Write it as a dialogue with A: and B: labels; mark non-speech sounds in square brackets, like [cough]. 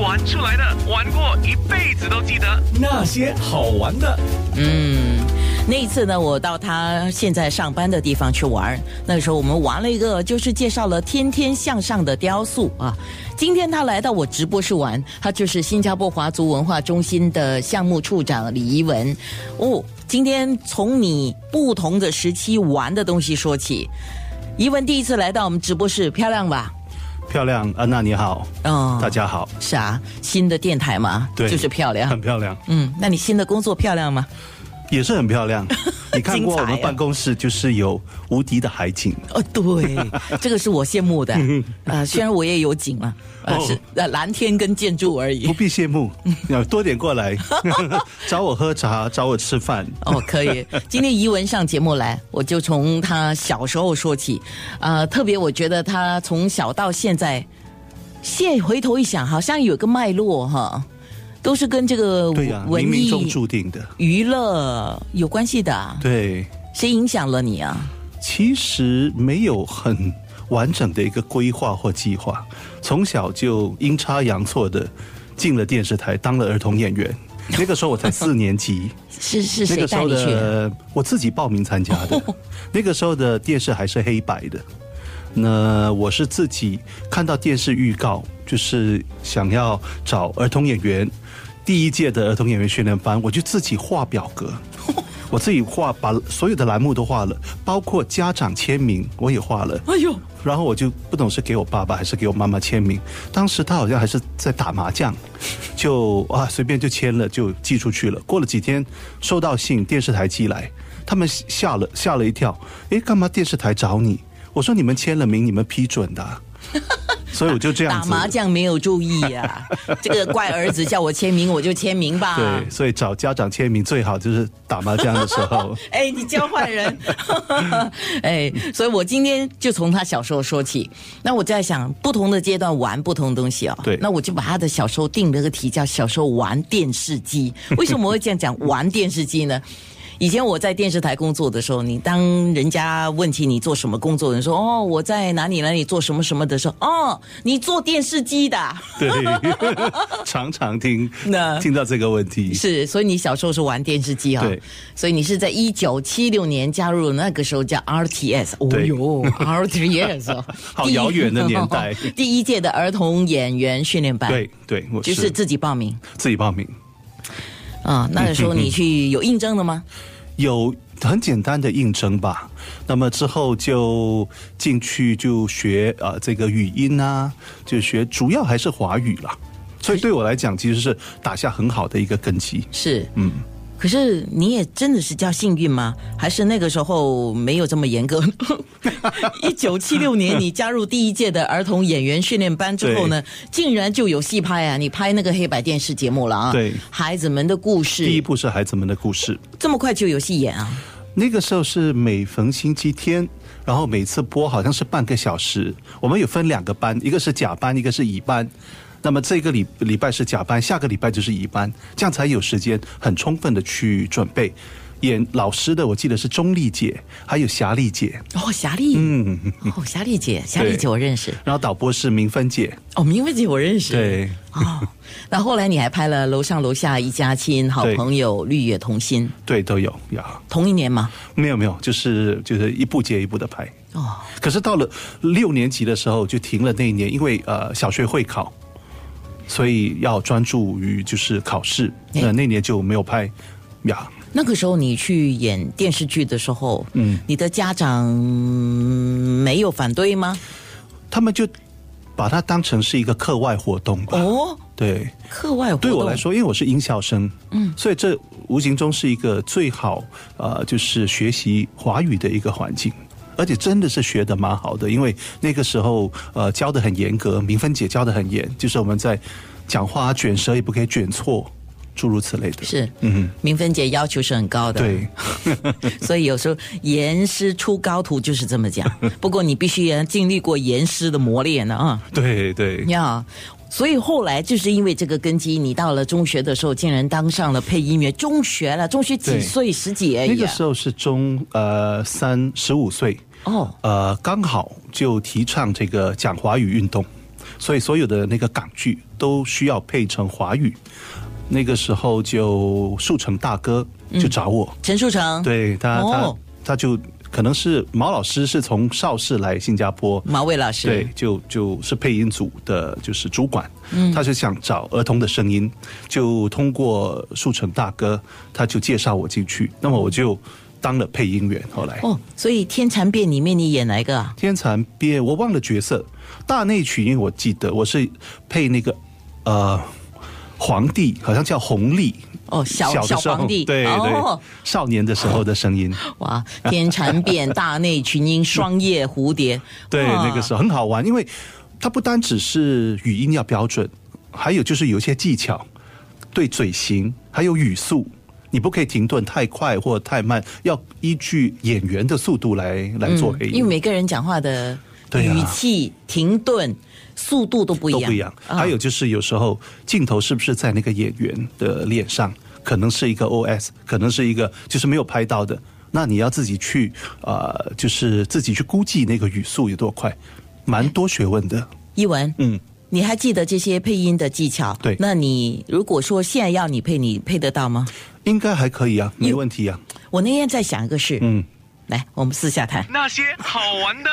A: 玩出来的，玩过一辈子都记得。
B: 那些好玩的，
C: 嗯，那一次呢，我到他现在上班的地方去玩。那时候我们玩了一个，就是介绍了《天天向上》的雕塑啊。今天他来到我直播室玩，他就是新加坡华族文化中心的项目处长李怡文。哦，今天从你不同的时期玩的东西说起。怡文第一次来到我们直播室，漂亮吧？
B: 漂亮，安娜你好，
C: 嗯，
B: 大家好，
C: 是啊，新的电台嘛，
B: 对
C: 就是漂亮
B: 很。漂亮，
C: 嗯，那你新的工作漂亮吗？
B: 也是很漂
C: [laughs]
B: 亮。你看过我
C: 精
B: 们
C: 彩啊
B: 办公室就是有无敌的海景，
C: [laughs] 哦，对，这个是我羡
B: [laughs]
C: 慕的。呃，虽然我也有景了，呃，
B: 哦
C: 是呃蓝天跟建筑而
B: 不 [laughs]
C: 已。
B: 必羡
C: [laughs]
B: 慕，要多点过来 [laughs] 找我喝茶，找我吃
C: [laughs]
B: 饭。
C: 哦，可以。今天怡文上节目来，我就从他小时候说起。呃，特别我觉得他从小到现在，现回头一想，好像有个脉络哈，都是跟这个
B: 对呀、
C: 文
B: 冥冥
C: 艺、
B: 中注定的。
C: 娱乐有关系的啊。
B: 对，
C: 谁影响了你啊？
B: 其实没有很完整的一个规划或计划，从小就阴差阳错的进了电视台，当了儿童演员。那个时候
C: [laughs]
B: 我才四年级，
C: 是是
B: 那
C: 谁
B: 个时
C: 带
B: 候
C: 你去？哦
B: 的我自己报名参加的，那个时候的电视还是黑白的。那我是自己看到电视预告，就是想要找儿童演员，第一届的儿童演员训练班，我就自己画表
C: [laughs]
B: 格，我自己画把所有的栏目都画了，包括家长签名我也画了。
C: 哎呦，
B: 然后我就不懂是给我爸爸还是给我妈妈签名，当时他好像还是在打麻将， [laughs] 就啊随便就签了就寄出去了。过了几天收到信，电视台寄来，他们吓了吓了一跳，诶，干嘛电视台找你？我说你们签了名，你们批准的
C: [laughs]
B: 啊、所以我就这样
C: 打
B: 子
C: 麻将没有注意
B: [laughs]
C: 呀、这个怪儿子叫我签名，我就签名吧。
B: 对，所以找家长签名最好就是打麻将的时
C: [laughs]
B: 候。
C: 哎，你教坏人， [laughs] 哎，所以我今天就从他小时候说起。那我在想，不同的阶段玩不同东西哦。
B: 对
C: 那我就把他的小时候定了个题，叫小时候玩电视机。为什么我会这样讲玩电视机呢？以前我在电视台工作的时候，你当人家问起你做什么工作，你说哦我在哪里哪里做什么什么的时候，哦你做电视机的啊，
B: 对，常常听
C: 那
B: 听到这个问题。
C: 是，所以你小时候是玩电视机啊、
B: 对，
C: 所以你是在一九七六年加入那个时候叫 RTS，哦
B: 对 [laughs]
C: 呦，RTS，哦
B: 好遥远的年代
C: 第一 [laughs] 届的儿童演员训练班，
B: 对，对，我
C: 啊就是是自己报名
B: 自己报名。
C: 啊、那个时候
B: [laughs]
C: 你去有应征的吗？
B: 有很简单的应征吧。那么之后就进去就学呃这个语音啊，就学主要还是华语啦。所以对我来讲，其实是打下很好的一个根基。
C: 是，嗯。可是你也真的是叫幸运吗？还是那个时候没有这么
B: [laughs]
C: 严格？一九七六年你加入第一届的儿童演员训练班之后呢，竟然就有戏拍啊！你拍那个黑白电视节目了啊？
B: 对
C: 孩子们的故
B: 第一
C: 事，
B: 部是《孩子们的故事》，
C: 这么快就有戏演啊？
B: 那个时候是每逢星期天，然后每次播好像是半个小时。我们有分两个班，一个是甲班，一个是乙班。那么这个礼礼拜是甲班，下个礼拜就是乙班，这样才有时间很充分的去准备。演老师的我记得是钟丽姐，还有霞丽姐，
C: 哦，霞丽，嗯，哦，霞丽姐，霞丽姐我认识，
B: 然后导播是明芬姐。
C: 哦，明慧姐我认识，
B: 对，
C: 哦，那后来你还拍了《楼上楼下一家亲》《好
B: 对
C: 朋友》《绿野同心》，
B: 对，都有 [laughs] 呀。
C: 同一年吗？
B: 没有没有，就是就是一步接一 [laughs] 步的拍。
C: 哦，
B: 可是到了六年级的时候就停了那一年，因为呃小学会考，所以要专注于就是考试。
C: 哎
B: 那、那年就没有拍呀。
C: 那个时候你去演电视剧的时候，嗯，你的家长嗯没有反对吗？
B: 他们就把它当成是一个课外活动吧。
C: 哦，
B: 对，
C: 课外活动
B: 啊对我来，说，因为我是音效生，嗯，所以这无形中是一个最好呃，就是学习华语的一个环境。而且真的是学的蛮好的，因为那个时候呃教的很严格，明芬姐教的很严，就是我们在讲话啊卷舌也不可以卷错，诸如此类的。
C: 是，嗯，明芬姐要求是很高的，，
B: 对，
C: [laughs] 所以有时候严师出高徒就是这么
B: [laughs]
C: 讲。不过你必须也经历过严师的磨练呢啊，
B: 对对，
C: 呀、所以后来就是因为这个根基，你到了中学的时候，竟然当上了配音员。中学了，中学几
B: 对
C: 岁？十几而
B: 那
C: 已、
B: 个
C: 啊。
B: 时候是中呃三十五岁，
C: 哦，
B: 呃，刚好就提倡这个讲华语运动，所以所有的那个港剧都需要配成华语。那个时候就树成大哥就找我，
C: 陈树成，，
B: 对他、
C: 嗯哦
B: 他他就可能是毛老师是从邵氏来新加坡，
C: 马卫老师，
B: 对，就就是配音组的，就是主管，
C: 嗯
B: 他是想找儿童的声音，就通过树成大哥，他就介绍我进去，那么我就当了配音员。后来《
C: 哦，所以《天蚕变》里面你演哪一个啊？
B: 天蚕变》，我忘了角色，大内曲因为我记得我是配那个呃皇帝，好像叫弘历。
C: 哦，小
B: 的时候，
C: 皇帝，
B: 对对，
C: 哦，
B: 少年的时候的声音，
C: 哇，天蚕变、大内群英、双叶蝴蝶，
B: [laughs] 对，
C: 哇
B: 那个时候很好玩，因为它不单只是语音要标准，还有就是有一些技巧，对嘴型，还有语速，你不可以停顿太快或太慢，要依据演员的速度来来做配音。
C: 嗯因为每个人讲话的
B: 对啊
C: 语气、停顿、速度都不一
B: 都
C: 样，
B: 不一样。
C: 啊
B: 嗯还有就是有时候镜头是不是在那个演员的脸上，可能是一个 OS，可能是一个就是没有拍到的，那你要自己去呃，就是自己去估计那个语速有多快，蛮多学问的。
C: 一文，
B: 嗯，
C: 你还记得这些配音的技巧？
B: 对
C: 那你如果说现在要你配，你配得到吗？
B: 应该还可以啊，没问题啊。
C: 我那天在想一个事，
B: 嗯。
C: 来，我们私下谈。
A: 那些好玩的。